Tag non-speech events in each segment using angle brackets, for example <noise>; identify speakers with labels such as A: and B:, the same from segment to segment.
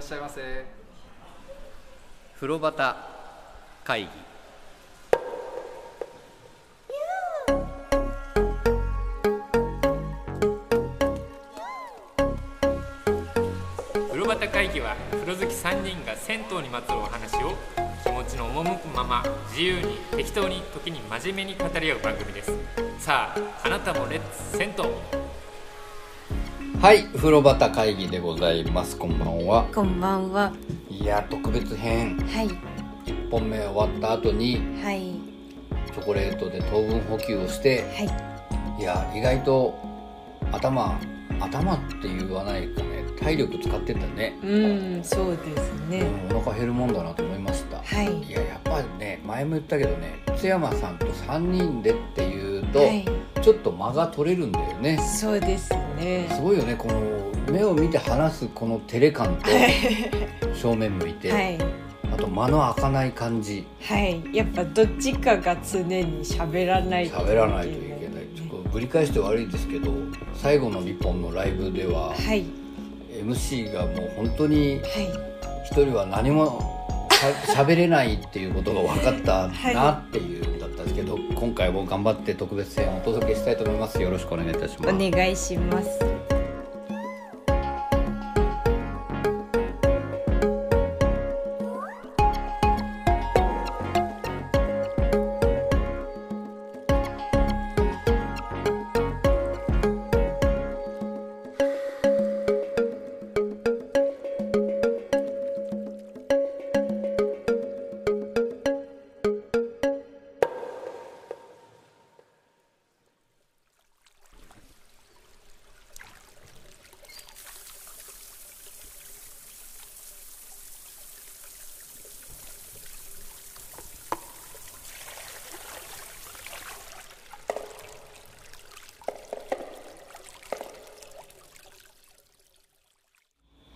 A: しゃいませ
B: 風呂端会議
C: 風呂端会議は風呂好き3人が銭湯にまつわるお話を気持ちの赴くまま自由に適当に時に真面目に語り合う番組ですさああなたもレッツ銭湯
B: はい風呂端会議でございますこんばんは
D: こんばんは。
B: いや特別編
D: はい。
B: 1本目終わった後に
D: はい。
B: チョコレートで糖分補給をして
D: はい。
B: いや意外と頭頭って言わないかね体力使ってたね、
D: うん、そうです
B: う
D: ね。
B: ん、お腹減るもんだなと思いました
D: はい。
B: いややっぱりね前も言ったけどね津山さんと3人でっていうと、
D: はい。
B: ちょっと間が取れるんだよね
D: そうですね。
B: すごいよねこの目を見て話すこの照れ感と
D: は
B: 正面向いて、
D: い。 <laughs> はい。
B: あと間の開かない感じ
D: はい。やっぱどっちかが常に喋らない。
B: 喋らないといけないちょっとぶり返して悪いですけど最後の日本のライブでは
D: はい。
B: MC がもう本当に
D: は
B: 一人は何もし
D: <laughs>
B: ゃ喋れないっていうことが分かったなっていうんだったんですけど、今回も頑張って特別編をお届けしたいと思いますよろしくお願いいたします
D: い。お願いします。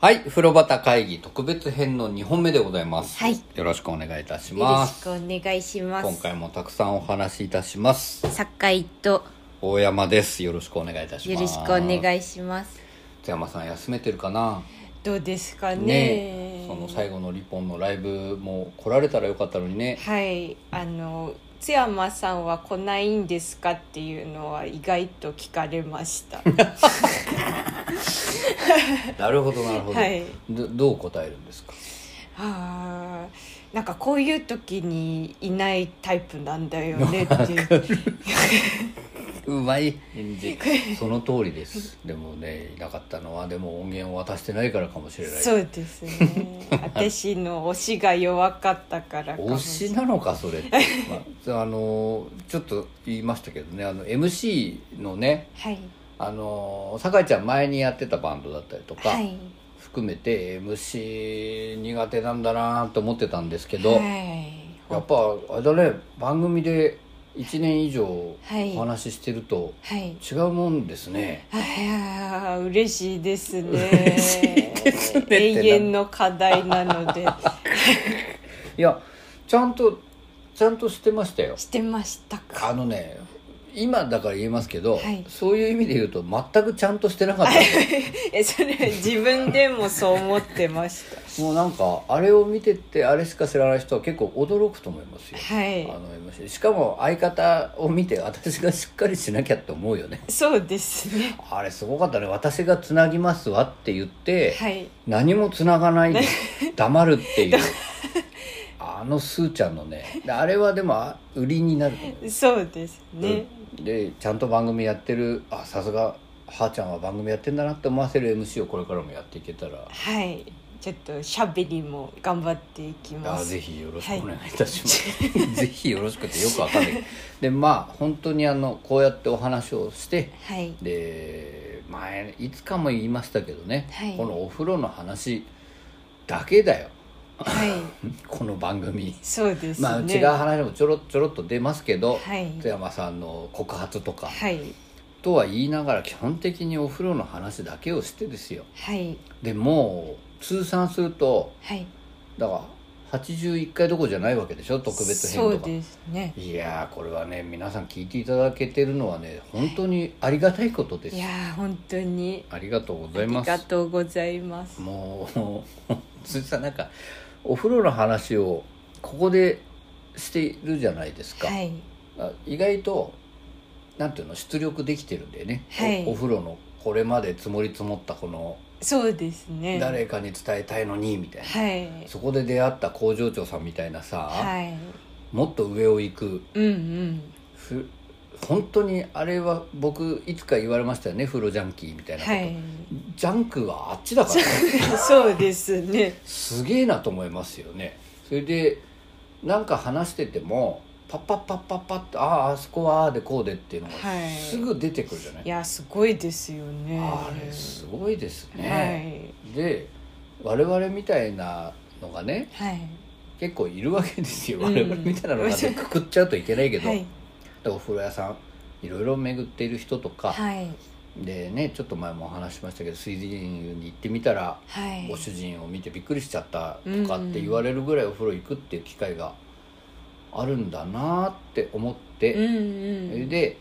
B: はい風呂端会議特別編の2本目でございます、
D: はい
B: よろしくお願いいたし
D: よろ
B: ま
D: し
B: す
D: くお願いしま
B: 今
D: す。
B: 回もたくさんお話しいたします
D: 酒井と
B: 大山ですよろしくお願いいたしま
D: よ
B: す
D: ろしくお願いします。
B: 津山さん休めてるかな
D: どうですか
B: え
D: ね。
B: その最後のリポンのライブも来られたらよかったのにね
D: はい、あの津山さんは来ないんですかっていうのは意外と聞かれました。
B: なるほどなるほど、
D: はい
B: どどう答えるんですか
D: あーなんかこういう時にいないタイプなんだよねっていう
B: うまい返事その通りですでもねいなかったのはでも音源を渡してないからかもしれない
D: そうですね私の推しが弱かったからかも
B: 推
D: し
B: し
D: れ
B: なのかそれ
D: <laughs>
B: って、まあ、あのちょっと言いましたけどねあの MC のね
D: はい
B: あの酒井ちゃん前にやってたバンドだったりとか、
D: はい
B: 含めて MC 苦手なんだなと思ってたんですけど、
D: はい
B: やっぱあれだね番組で1年以上お
D: はい
B: 話ししてると
D: はい
B: 違うもんですね、
D: あー嬉しいですね
B: 嬉しいですねってなん
D: 永遠の課題なので
B: い、やちゃんとちゃんとしてましたよ
D: してました
B: あ
D: か <laughs>
B: のね今だから言えますけど、
D: はい
B: そういう意味で言うと全くちゃんとしてなかったです
D: えそれ自分でもそう思ってまし
B: もうなんかあれを見ててあれしか知らない人は結構驚くと思います
D: た
B: よ
D: はい
B: あの MC しかも相方を見て私がしっかりしなきゃって思うよね
D: そうですね
B: あれすごかったね私がつなぎますわって言って、
D: はい
B: 何もつながないで黙るって
D: <laughs>
B: いうあのすーちゃんのねであれはでもあ売りになると思
D: そうです
B: う
D: ね、
B: うんでちゃんと番組やってるあさすがはーちゃんは番組やってんだなって思わせる MC をこれからもやっていけたら
D: はいちょっと喋りも頑張っていきま
B: あ
D: す
B: ぜひよろしくお願いいたします、
D: <laughs>
B: ぜひよろしくってよくわかんないでまあ本当にあのこうやってお話をして
D: はい
B: で前いつかも言いましたけどね、
D: はい
B: このお風呂の話だけだよ
D: はい
B: この番組
D: そうですね
B: <laughs> まあ違う話でもちょろちょろっと出ますけど、
D: はい
B: 津山さんの告発とか、
D: はい
B: とは言いながら基本的にお風呂の話だけをしてですよ
D: はい
B: でもう通算すると
D: はい
B: だから81回どころじゃないわけでしょ特別編
D: そう
B: とか
D: ですね
B: いやーこれはね皆さん聞いていただけてるのはね本当にありがたいことです
D: いやー本当に
B: ありがとうご
D: あ
B: ざい
D: り
B: ま
D: が
B: す
D: とうございます
B: もう <laughs> 辻さんなんかお風呂の話をここでしているじゃないですか、
D: はい
B: あ意外となんていうの出力できてるんだよね、
D: はい
B: おお風呂のこれまで積もり積もったこの
D: そうですね
B: 誰かに伝えたいのにみたいな、
D: はい
B: そこで出会った工場長さんみたいなさ、
D: はい
B: もっと上を行く
D: うんうん
B: ふ本当にあれは僕いつか言われましたよね風呂ジャンキーみたいなこと、
D: はい
B: ジャンクはあっちだから、ね、
D: <laughs> そうですね
B: すげえなと思いますよねそれでなんか話しててもパッパッパッパッパッとあああそこはああでこうでっていうのが
D: はい
B: すぐ出てくるじゃない、
D: いやすごいですよね
B: あれすごいですね、
D: ね
B: で我々みたいなのがね
D: はいはい
B: 結構いるわけですよ、
D: うん
B: 我々みたいなのがねくくっちゃうといけないけど、
D: はい
B: でお風呂屋さんいろいろ巡っている人とか、
D: はい
B: でねちょっと前もお話ししましたけど水神湯に行ってみたら
D: はい
B: ご主人を見てびっくりしちゃったとかって言われるぐらいお風呂行くっていう機会があるんだなって思って、
D: うん
B: そ
D: うん
B: れで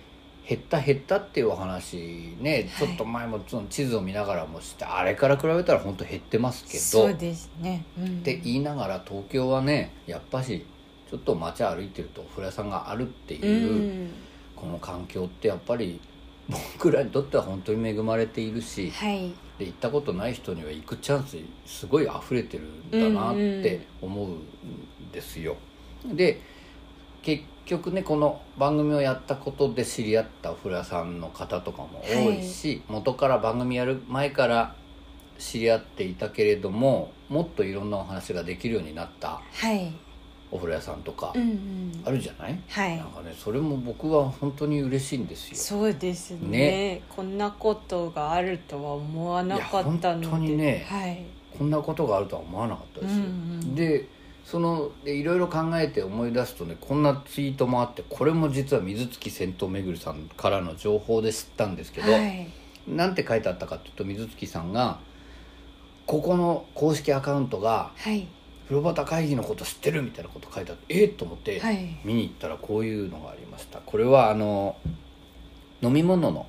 B: 減った減ったっていうお話ね、
D: はい
B: ちょっと前もその地図を見ながらもしてあれから比べたら本当減ってますけ
D: そう
B: どっ
D: ですね、うん、
B: て言いながら東京はねやっぱしちょっと街歩いてるとお風呂屋さんがあるって
D: う
B: いう。
D: ん
B: この環境ってやっぱり僕らにとっては本当に恵まれているし
D: はい
B: で行ったことない人には行くチャンスすごい溢れてるんだなって思うんですよ。で結局ねこの番組をやったことで知り合ったお風呂屋さんの方とかも多いし、元から番組やる前から知り合っていたけれどももっといろんなお話ができるようになった
D: はい
B: お風呂屋さんとか
D: うんうん
B: あるじゃない、
D: はい
B: なんかねそれも僕は本当に嬉しいんですよ。
D: そうですね
B: ね
D: こんなことがあるとは思わなかったの
B: い
D: で
B: や本当にね
D: はい
B: こんなことがあるとは思わなかったですよ、
D: うんうん
B: でそのでいろいろ考えて思い出すとねこんなツイートもあってこれも実は水月銭湯めぐりさんからの情報で知ったんですけど、
D: はい
B: なんて書いてあったかっていうと水月さんが「ここの公式アカウントが
D: はい
B: 風呂端会議のこと知ってる」みたいなこと書いてあってえっ、と思って
D: はい
B: 見に行ったらこういうのがありましたこれはあの飲み物の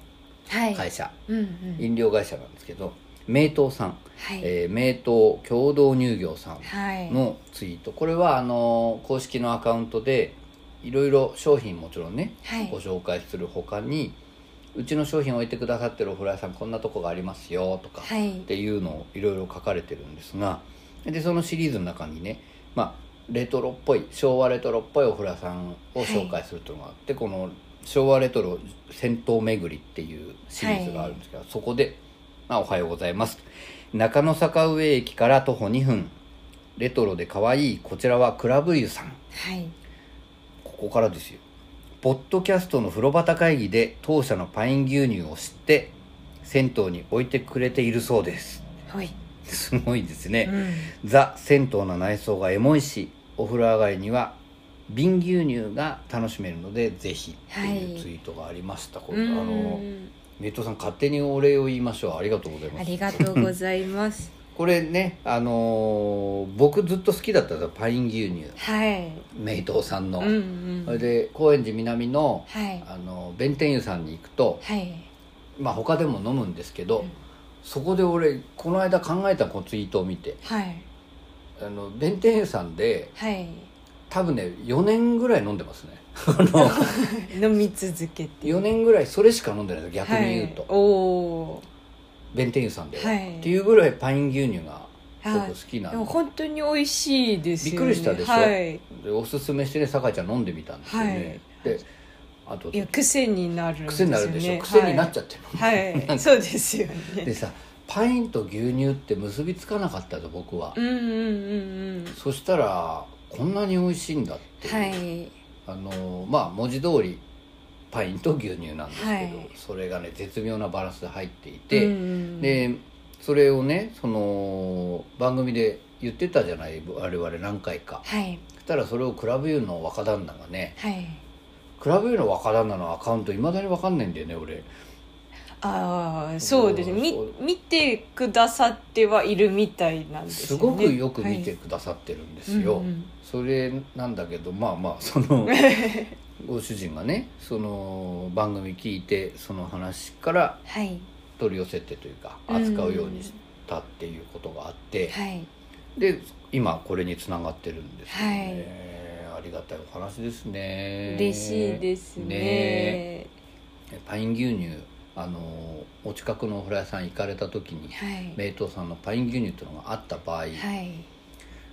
D: はい、
B: 会社、
D: うんうん
B: 飲料会社なんですけど名東さん
D: はい、
B: えー名東共同乳業さ
D: はい
B: んのツイートこれはあのー公式のアカウントでいろいろ商品もちろんね、
D: はい
B: ご紹介するほかにうちの商品置いてくださってるお風呂屋さんこんなとこがありますよとか、
D: はい
B: っていうのをいろいろ書かれてるんですがでそのシリーズの中にね、まあ、レトロっぽい昭和レトロっぽいお風呂屋さんを紹介するというのがあって、この「昭和レトロ銭湯巡り」っていうシリーズがあるんですけど、そこで、まあ「おはようございます」中野坂上駅から徒歩2分レトロで可愛いこちらはクラブ湯さん
D: はい
B: ここからですよ。ポッドキャストの風呂旗会議で当社のパイン牛乳を知って銭湯に置いてくれているそうです。
D: はい
B: すごいですね
D: う、ん
B: ザ銭湯の内装がエモいしお風呂上がりには瓶牛乳が楽しめるのでぜひってい
D: は
B: う
D: い
B: ツイートがありました、こ
D: う
B: れあ
D: んう
B: の
D: ん
B: ネットさん勝手にお礼を言いましょうありがとうございま
D: あ
B: す
D: りがとうございます
B: これねあのー僕ずっと好きだったんですよパイン牛乳
D: はい
B: 名東さんの、
D: うんうん
B: それで高円寺南の、
D: はい
B: あの弁天湯さんに行くと
D: はい
B: まあ他でも飲むんですけど、
D: うん
B: そこで俺この間考えたこのツイートを見て
D: はい
B: あの弁天湯さんで
D: はい <laughs>
B: 多分ね4年ぐらい飲んでますねあの
D: 飲み続けて
B: 4年ぐらいそれしか飲んでないです逆に言うと、
D: はい、おー
B: 弁天湯さんでは、
D: はい
B: っていうぐらいパイン牛乳が僕好きな
D: で
B: ん
D: も
B: で,、
D: 本当に美味しいですよね
B: びっくりしたでしょ
D: はい
B: でおすすめしてね酒井ちゃん飲んでみたんですよね、であと
D: いや癖になるんですよ
B: 癖に
D: ね
B: なるでしょ、癖になっちゃってるもん、
D: はい、はい、そうですよ
B: で
D: ね
B: さパインと牛乳って結びつかなかったと僕は、
D: うんうんうんうん
B: そしたらこんなに美味しいんだっていう、
D: はい
B: あのまあ文字通りパインと牛乳なんですけど、
D: はい
B: それがね絶妙なバランスで入っていて、
D: うんうん
B: でそれをねその番組で言ってたじゃない我々何回か
D: はい
B: そしたらそれをクラブユーの若旦那がね
D: はい
B: クラブユーの若旦那のアカウントいまだに分かんないんだよね俺
D: ああそうですねみ見てくださってはいるみたいなんです
B: す
D: よね
B: ごくよく見てくださってるんですよ、
D: はいうんうん
B: それなんだけどまあまあそ
D: <laughs>
B: のご主人がねその番組聞いてその話から
D: はい
B: 取り寄せてというか
D: うん
B: 扱うようにしたっていうことがあって、
D: はい
B: で今これにつながってるんですよね、ありがたいお話ですね
D: 嬉しいですね
B: ねえパイン牛乳あのお近くのお風呂屋さん行かれた時に
D: はい
B: 名東さんのパイン牛乳っていうのがあった場合、
D: はい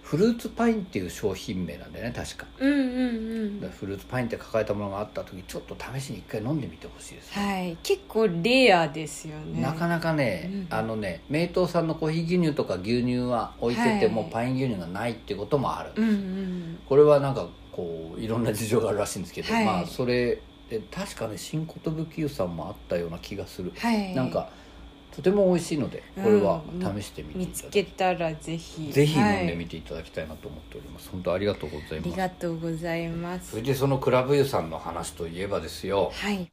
B: フルーツパインっていう商品名なんだよね確か
D: うんうんうん
B: だからフルーツパインって書かれたものがあった時ちょっと試しに一回飲んでみてほしいです、
D: はい結構レアですよね
B: なかなかね、
D: うん
B: あのね名東さんのコーヒー牛乳とか牛乳は置いてても、
D: はい
B: パイン牛乳がないっていうこともある、
D: うんうん
B: これはなんかこういろんな事情があるらしいんですけど、
D: はい
B: まあそれで確かね新寿湯さんもあったような気がする、
D: はい
B: なんかとても美味しいのでこれは試してみてい
D: 見
B: た
D: つ
B: だき、
D: けたらぜひ
B: ぜひ飲んで
D: はい
B: みていただきたいなと思っております、本当ありがとうござい
D: あり
B: ます
D: がとうございます
B: それでそのクラブユーさんの話といえばですよ
D: はい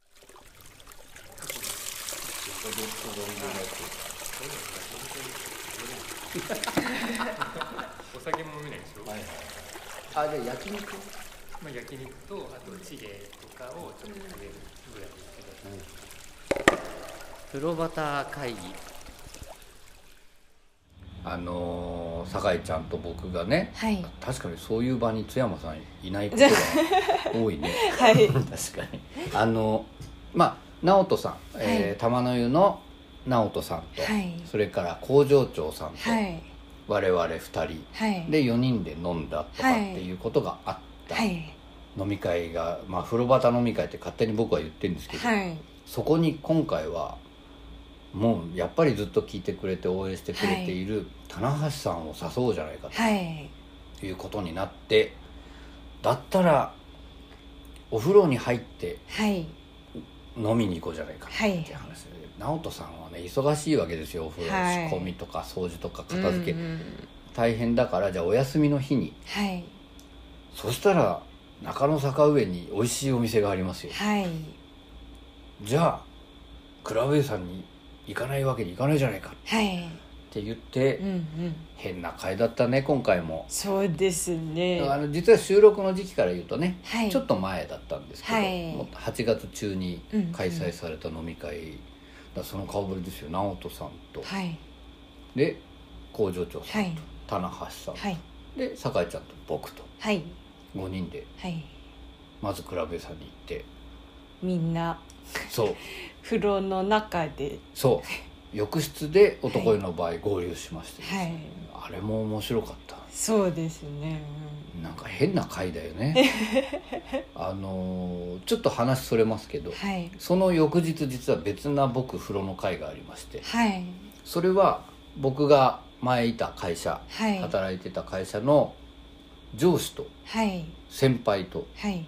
C: お酒も飲めないでしょ、
B: あじゃあ焼肉
C: まあ、焼肉とあとチゲとかをちょっと食べるぐらいですけど、プロバター会議
B: あのー酒井ちゃんと僕がね、
D: はい
B: 確かにそういう場に津山さんいないことが
D: <laughs>
B: 多いね
D: はい
B: 確かにあのまあ直人さん、えー玉の湯の直人さんと、
D: はい
B: それから工場長さんと
D: はい
B: 我々2人
D: はい
B: で4人で飲んだとかっていうことがあった、
D: はい
B: 飲み会がまあ風呂端飲み会って勝手に僕は言ってるんですけど、
D: はい
B: そこに今回はもうやっぱりずっと聞いてくれて応援してくれている棚橋さんを誘おうじゃないか
D: はい
B: ということになってだったらお風呂に入って
D: はい
B: 飲みに行こうじゃないか
D: はい
B: っていう話で直人さんはね忙しいわけですよお風呂の
D: はい
B: 仕込みとか掃除とか片付け、
D: うんうん
B: 大変だからじゃあお休みの日に
D: はい
B: そしたら中野坂上に美味しいお店がありますよ
D: はい
B: じゃあクラブ湯さんに行かないわけにいかないじゃないか
D: はい
B: って言って、
D: うんうん
B: 変な回だったね今回も、
D: そうですね
B: あの実は収録の時期から言うとね、
D: はい
B: ちょっと前だったんですけど、
D: はい
B: もう8月中に
D: うん
B: 開催された飲み会、だその顔ぶれですよ直人さんと、
D: はい
B: で工場長さ
D: は
B: ん、
D: い
B: 棚橋さん、
D: はい
B: で酒井ちゃんと僕と
D: はい
B: 5人で
D: はい
B: まずクラブ屋さんに行って
D: みんな
B: そう
D: 風呂の中で
B: そう浴室で男湯の場合合流しましてです
D: はい
B: ね、あれも面白かった
D: そうですね
B: なんか変な回だよ
D: <laughs>
B: ねあのーちょっと話それますけど、
D: うんはい
B: その翌日実は別な僕風呂の会がありまして
D: はい
B: それは僕が前いた会社
D: はいはい
B: 働いてた会社の上司と
D: はい
B: 先輩と
D: はい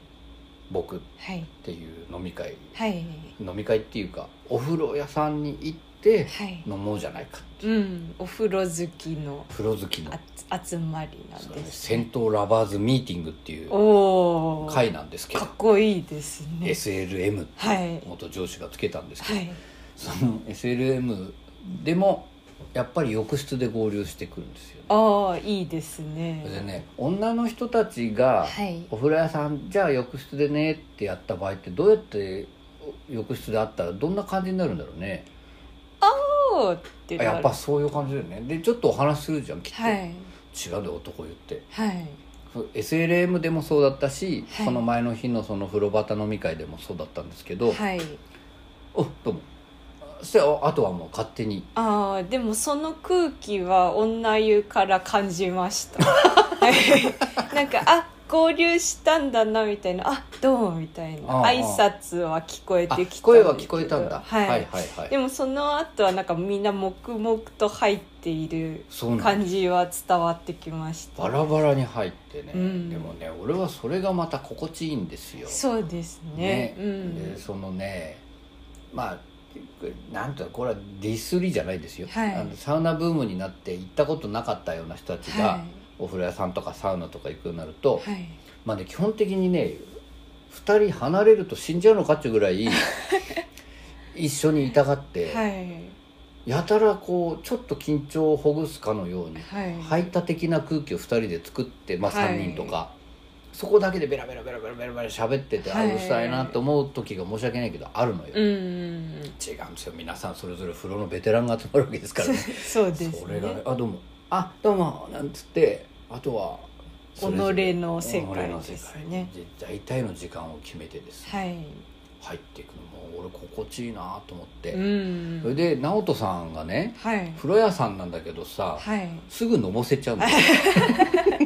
B: 僕っ
D: はい
B: ていう飲み会
D: はい
B: 飲み会っていうかお風呂屋さんに行って
D: はい
B: 飲もうじゃないか
D: うんお風呂好きの
B: 風呂好きの
D: あつ集まりなん
B: そう
D: で
B: ね
D: す
B: 戦闘ラバーズミーティングっていう
D: おおか
B: 会なんですけど
D: っこいいですね
B: SLM って
D: はい
B: 元上司がつけたんですけど
D: はい
B: その SLM でもやっぱり浴室で合流してくるんですよね
D: ああいいですね
B: それでね女の人たちが
D: はい
B: お風呂屋さんじゃあ浴室でねってやった場合ってどうやって浴室で会ったらどんな感じになるんだろうね
D: おーって
B: あ
D: なる
B: やっぱそういう感じだよねでちょっとお話しするじゃんきっと、
D: はい
B: 違うんだよ男言って
D: はい
B: そう SLM でもそうだったし、
D: はい
B: その前の日のその風呂端飲み会でもそうだったんですけど、
D: はい
B: おどうもそしてああとはもう勝手に
D: ああでもその空気は女湯から感じました
B: <laughs>
D: なんかあ合流したんだなみたいなあどうもみたいな
B: ああ
D: 挨拶は聞こえ
B: あ
D: てきたんだけど
B: 声は聞こえたんだ、
D: は
B: はい
D: い、
B: はいはい
D: でもその後はなんかみんな黙々と入っている
B: そうなんです
D: 感じは伝わってきました
B: バラバラに入ってね、
D: うん
B: でもね俺はそれがまた心地いいんですよ
D: そうですねう
B: で
D: ん
B: そのねまあなんとこれはディスりじゃないですよ、
D: はい
B: あのサウナブームになって行ったことなかったような人たちが、
D: はい
B: お風呂屋さんとかサウナとか行くようになると、
D: はい
B: まあね基本的にね2人離れると死んじゃうのかっていうぐらい一緒にいたがって、
D: はい
B: やたらこうちょっと緊張をほぐすかのように
D: はい
B: 排他的な空気を2人で作って、まあ、
D: はい
B: 3人とか、そこだけでベラベラベラベラベラベラ喋ってて、
D: はい
B: あうるさいなと思う時が申し訳ないけどあるのよ、
D: う
B: 違
D: ん
B: うんですよ皆さんそれぞれ風呂のベテランが集まるわけですからね
D: そうですね
B: それがね「あどうもあどうも」なんつってあとは
D: 己
B: それぞれ
D: の世
B: 己
D: 界
B: の世
D: です
B: 界
D: ね
B: で大体の時間を決めてですね、
D: はい
B: 入っていくのもう俺心地いいなと思って、
D: うん
B: それで直人さんがね
D: はい
B: 風呂屋さんなんだけどさ、
D: はい
B: すぐのぼせちゃうんですよ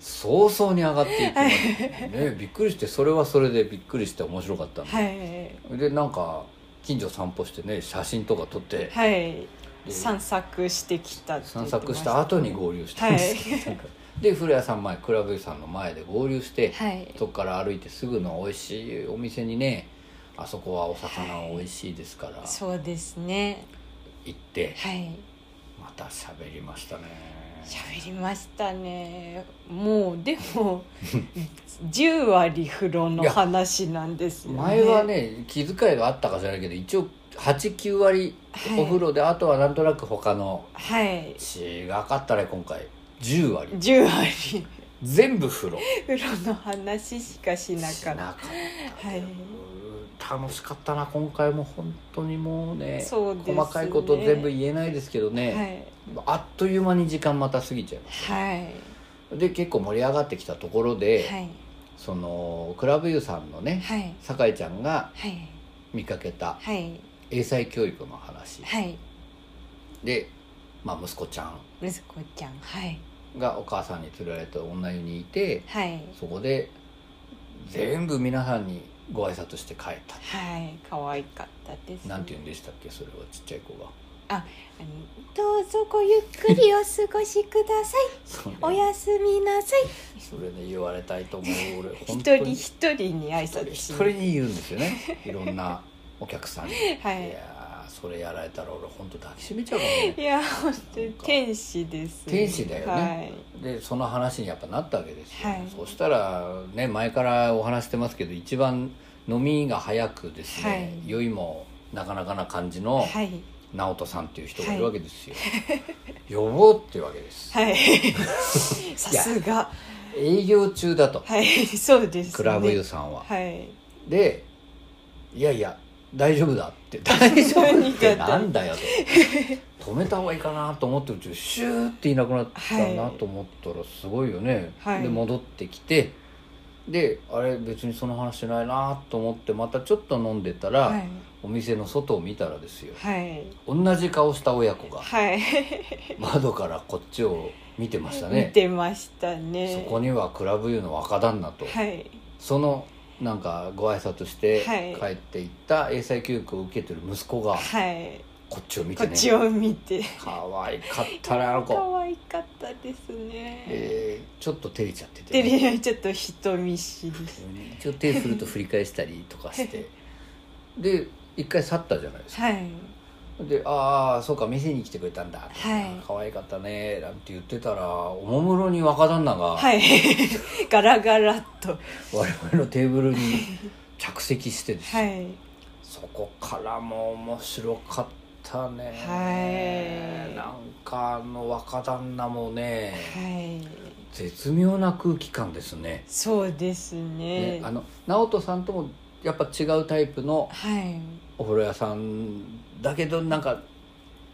B: 早々に上がっていきますね
D: <laughs>
B: びっくりしてそれはそれでびっくりして面白かったの、
D: はい
B: でなんか近所散歩してね写真とか撮って
D: はい散策してきたって言
B: 散
D: ってま
B: 策した後に合流したんですよ、なんかで古谷さん前クラブ湯さんの前で合流して、
D: はい
B: そこから歩いてすぐの美味しいお店にねあそこはお魚美味しいですから
D: そうですね
B: 行って
D: はい
B: また喋りましたね
D: 喋りましたねもうでも10割風呂の話なんですよね
B: 前はね気遣いがあったかじゃないけど一応89割
D: はい
B: お風呂で、あとはなんとなく他の
D: はい
B: 違かったね今回10割
D: 10割
B: 全部風呂
D: 風呂の話しかしな
B: し
D: かった
B: った
D: はい
B: 楽しかったな今回も本当にもうね
D: そうですね
B: 細かいこと全部言えないですけど
D: は
B: ね、
D: い
B: あっという間に時間また過ぎちゃいま
D: はい
B: すで結構盛り上がってきたところで、
D: はい
B: そのクラブユーさんのね、
D: はい
B: 酒井ちゃんが
D: はい
B: 見かけた
D: はい
B: 英才教育の話
D: はい
B: で、まあ、息子ちゃん
D: 息子ちゃんはい
B: がお母さんに連れられて女湯にいて
D: はい
B: そこで全部皆さんにご挨拶して帰った
D: はい可愛かったです
B: なんて言うんでしたっけそれはちっちゃい子が
D: あのどうぞごゆっくりお過ごしください
B: それ
D: おやすみなさい
B: それね言われたいと思う俺
D: <laughs> 一
B: 本当
D: 人
B: に
D: 一人に挨拶
B: 一
D: しに
B: 人に言うんですよねいろんなお客さんに、、
D: はいい
B: やーそれやられたら俺本当抱きしめちゃうかも
D: い
B: ね
D: や本当に天使です、
B: 天使だよねでその話にやっぱなったわけですよ、
D: はい
B: そしたらね前からお話してますけど一番飲みが早くですね、
D: はい
B: 酔いもなかなかな感じの、
D: はいはい
B: 直人さんっていう人がいるわけですよ、
D: <laughs>
B: 呼ぼうっていうわけです、
D: はい
B: <laughs>
D: さすが
B: 営業中だと、
D: はいそうです、ね、
B: クラブユーさんは、
D: はい
B: でいやいや大丈夫だって <laughs> 大丈夫ってなんだよと止めた方がいいかなと思ってるうちにシューっていなくなったなと思ったらすごいよね、
D: はい
B: で戻ってきてであれ別にその話しないなと思ってまたちょっと飲んでたら、
D: はい
B: お店の外を見たらですよ
D: はい
B: 同じ顔した親子が
D: はい、
B: 窓からこっちを見てましたね
D: 見てましたね
B: そこにはクラブユーの若旦那と、
D: はい
B: そのなんかご挨拶して
D: はい
B: 帰っていった英才教育を受けてる息子が
D: はい
B: こっちを見
D: こ
B: て
D: っ
B: ね
D: ちを見て
B: 可愛かったなあの子、
D: 可愛かったですね、
B: えーちょっと照れちゃってて
D: で
B: ね、
D: りちょっと人見知り
B: 一応手振ると振り返したりとかしてで一回去ったじゃないですか
D: はい
B: で「ああそうか店に来てくれたんだ」とか
D: はい
B: 可愛かったね」なんて言ってたらおもむろに若旦那が
D: はい <laughs> ガラガラっと
B: 我々のテーブルに着席してですね
D: はい
B: そこからも面白かったね
D: はい
B: なんかあの若旦那もね
D: はい
B: 絶妙な空気感ですね,、
D: そうですね
B: ねあの直人さんともやっぱ違うタイプの
D: はい
B: お風呂屋さんだけどなんか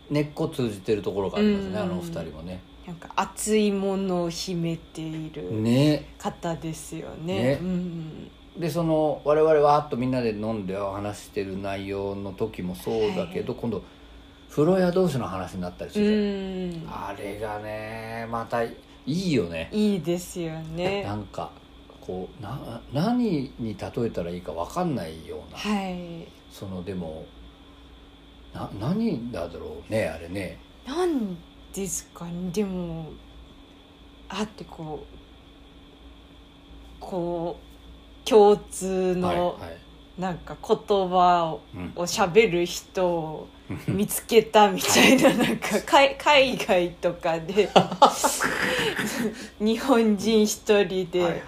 B: 根っこ通じてるところがありますね、
D: うん
B: あのお二人もね
D: なんか熱いものを秘めている
B: ね
D: 方ですよね
B: ね
D: うん
B: でその我々わーっとみんなで飲んでお話してる内容の時もそうだけど、今度風呂屋同士の話になったりす
D: う
B: るじゃない
D: ん
B: あれがねまたいいよね
D: いいですよね
B: なんかこうな何に例えたらいいか分かんないような、
D: はい
B: そのでもな何だろうねあれね
D: なんですかねでもあってこうこう共通
B: はい
D: の
B: はい
D: なんか言葉を
B: うん
D: を喋る人を見つけたみたいななんか海海外とか
B: <laughs>
D: で日本人一人
B: はい
D: で
B: はい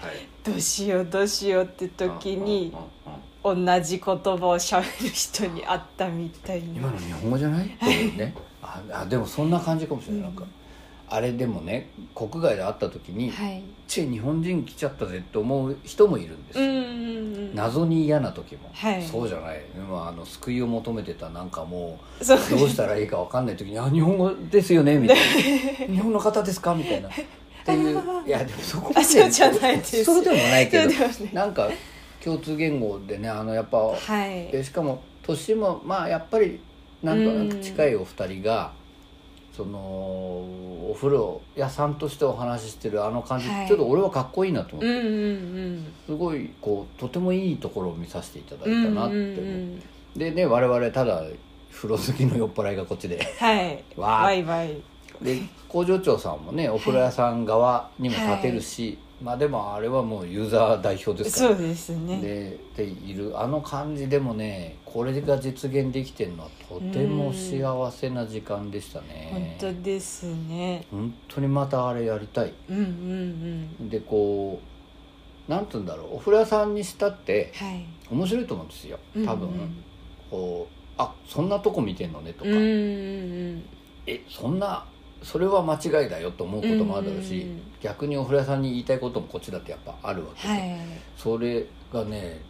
D: どうしようどうしようって時に
B: うんうんうん
D: 同じ言葉をしゃべる人に会ったみたい
B: 今
D: な
B: の日本語じゃないっていうねああでもそんな感じかもしれない、なんかあれでもね国外で会った時に、
D: はい
B: ち日本人来ちゃったぜって思う人もいるんです
D: う
B: よ、
D: んうんうん
B: 謎に嫌な時も、
D: はい
B: そうじゃない、まあ、あの救いを求めてたなんかも
D: そう
B: うどうしたらいいか分かんない時に「 <laughs> あ日本語ですよね」みたい
D: <laughs>
B: な「日本の方ですか?」みたいなっていういやでもそこま
D: あそうじゃないです
B: そうでもないけど
D: そうでもない
B: なんか共通言語でねあのやっぱ、
D: はい
B: でしかも年もまあやっぱりなんとなく近いお二人が、そのお風呂屋さんとしてお話ししてるあの感じ、
D: はい
B: ちょっと俺はかっこいいなと思って
D: うんうんうん
B: すごいこうとてもいいところを見させていただいた
D: うん
B: なって思う、
D: うんうん
B: でね我々ただ風呂好きの酔っ払いがこっちで
D: <laughs> はい
B: わー
D: わいわい
B: で工場長さんもねお風呂屋さん側にも立てるし、まあでもあれはもうユーザー代表ですか
D: そ
B: ら
D: うですね
B: ででいるあの感じでもねこれが実現できてるのはとても幸せな時間でした
D: 本
B: ね
D: 当ですね
B: 本当にまたあれやりたい
D: うんうんうん
B: でこうなんつうんだろうお風呂屋さんにしたって
D: はい
B: 面白いと思うんですよ多分、
D: うんうん
B: こうあそんなとこ見てんのねとか、
D: うんうん
B: えそんなそれは間違いだよと思うこともあるだろうし、
D: うんうんうん
B: 逆にお風呂屋さんに言いたいこともこっちだってやっぱあるわけで、
D: はい
B: それがね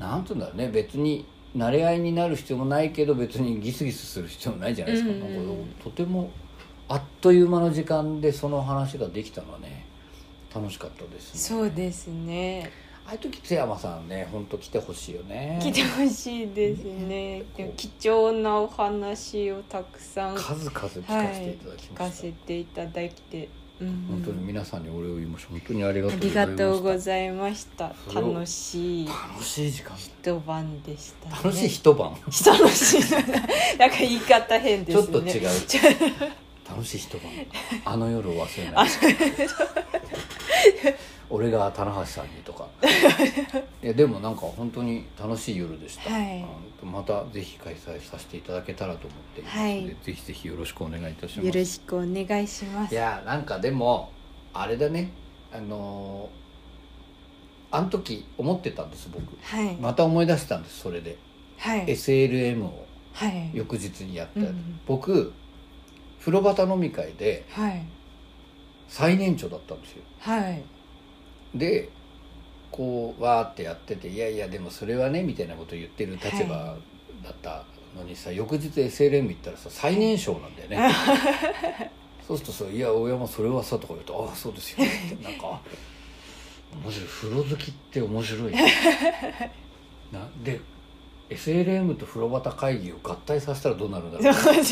B: なんて言うんだろうね別に慣れ合いになる必要もないけど別にギスギスする必要もないじゃないですか,、
D: うんうんうん
B: なんかとてもあっという間の時間でその話ができたのはね楽しかったですね
D: そうですね
B: ああいう時津山さんね本当来てほしいよね
D: 来てほしいですねでも貴重なお話をたくさんは
B: 数々聞かせてい
D: い
B: ただきま
D: 聞
B: した、
D: かせていただいてうん
B: 本当に皆さんにお礼を言いました本当にありが
D: あ
B: とう
D: りがとう
B: ござい
D: ご
B: まし
D: ざいました
B: それを
D: 楽しい
B: た楽しい時間
D: 一晩でしたね
B: 楽しい一晩
D: 楽しい <laughs> なんか言い方変ですね
B: ちょっと違う
D: ちょっと
B: 楽しい一晩あの夜を忘れない俺が棚橋さんにとかいやでもなんか本当に楽しい夜でした、
D: はい
B: うんまたぜひ開催させていただけたらと思っていますので、
D: はい
B: ぜひぜひよろしくお願いいたしま
D: よ
B: す
D: ろしくお願いしま
B: い
D: す
B: やなんかでもあれだねあのーあの時思ってたんです僕
D: はい、
B: また思い出したんですそれで
D: はい
B: SLM を
D: はい
B: 翌日にやったやつ、
D: うんうん
B: 僕風呂旗飲み会で
D: はい
B: 最年長だったんですよ
D: はい <laughs>
B: でこうわーってやってて「いやいやでもそれはね」みたいなこと言ってる立場だったのにさ、翌日 SLM 行ったらさ最年少なんだよね、 <laughs> そうするとさ「いや親もそれはさ」とか言うと「ああそうです
D: <laughs>
B: よね」ってなんか面白い風呂好きって面
D: <laughs>
B: 白いなで SLM と風呂旗会議を合体させたらどうなるんだろう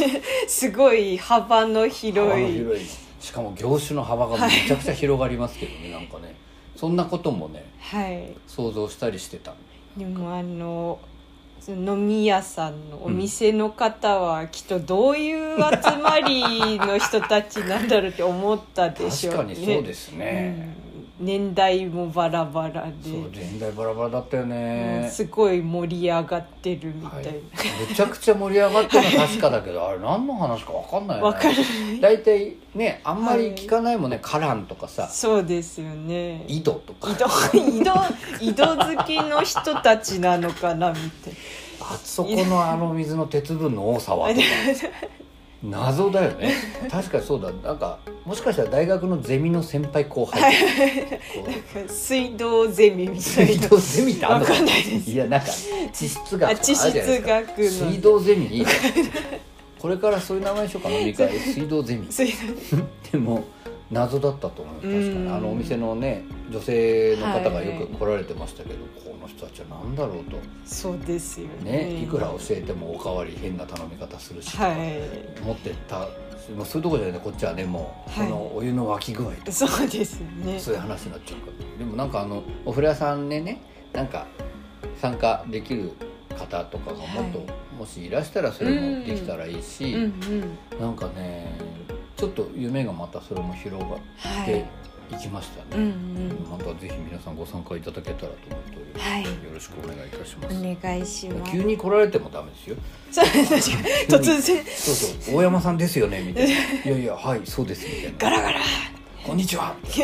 D: すごい幅の
B: 幅
D: 広
B: の
D: い
B: 広いしかも業種の幅がめちゃくちゃ広がりますけどね、なんかねそんなこともね
D: はい
B: 想像したりしてた
D: でもあのその飲み屋さんのお店の方はきっとどういう集まりの人たちなんだろうって思ったでし
B: 確
D: ょ
B: かにそうですね、
D: うん年代もバラバラで
B: そう年代バラバラだったよ
D: うん
B: ね、
D: すごい盛り上がってるみた
B: はいい
D: な、、
B: めちゃくちゃ盛り上がったのは確かだけど、あれ何の話か分かんないよ
D: わか
B: ね
D: る
B: 大体ねあんまり聞かないもんね「カラン」とかさ
D: そうですよ
B: 「
D: ね
B: 井戸」とか
D: <laughs> 移動移動移動好きの人たちなのかなみたい
B: あそこのあの水の鉄分の多さはとか <laughs> 謎だよね確かにそうだなんかもしかしたら大学のゼミの先輩後輩こう
D: な水道ゼミみたい
B: 水
D: な
B: 道ゼミってあんの
D: わかんないです
B: やなんか地質学とかあ
D: あ
B: るじ
D: 地
B: ゃない
D: 質
B: ですか
D: 学の
B: 水道ゼミ <laughs> いいねこれからそういう名前にしようか飲み <laughs> 会水道ゼミ
D: 水道
B: でも謎だったと思う確か
D: う
B: に
D: ん
B: あのお店のね女性の方が
D: はい
B: よく来られてましたけど、この人たちは何だろうと
D: そうですよね
B: ねいくら教えてもおかわり変な頼み方するしとか、
D: は
B: 持ってったもうそういうとこじゃないねこっちはねもう、
D: はい
B: このお湯の沸き具合と
D: いそうですね
B: そういう話になっちゃうからでもなんかあのお風呂屋さんでねなんか参加できる方とかがもっと、
D: は
B: もしいらしたらそれもできたらいいし、
D: うんうん
B: なんかねちょっと夢がまたそれも広がっ
D: は
B: て
D: い
B: いきました
D: うんう
B: ね、
D: ん
B: またぜひ皆さんご参加いただけたらと思っております、
D: はい
B: よろしくお願いいたします、
D: お願いします
B: 急に来られてもダメですよ
D: そう確かに突然
B: そうそう大山さんですよねみたいないやいやはいそうですみたいな
D: ガラガラ
B: こんにちは
D: そ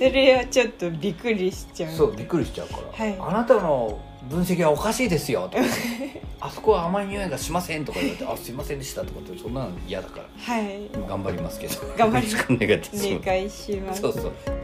D: れはちょっとびっくりしちゃう
B: そうびっくりしちゃうから、
D: はい
B: あなたの分析はおかしいですよ」と
D: <laughs>
B: か「あそこは甘い匂いがしません」とか言われて「あすいませんでした」とかってそんなの嫌だから
D: はい
B: 頑張りますけど
D: 頑張
B: <laughs>
D: り
B: よろしくお願いいたします
D: お願いします
B: そうそう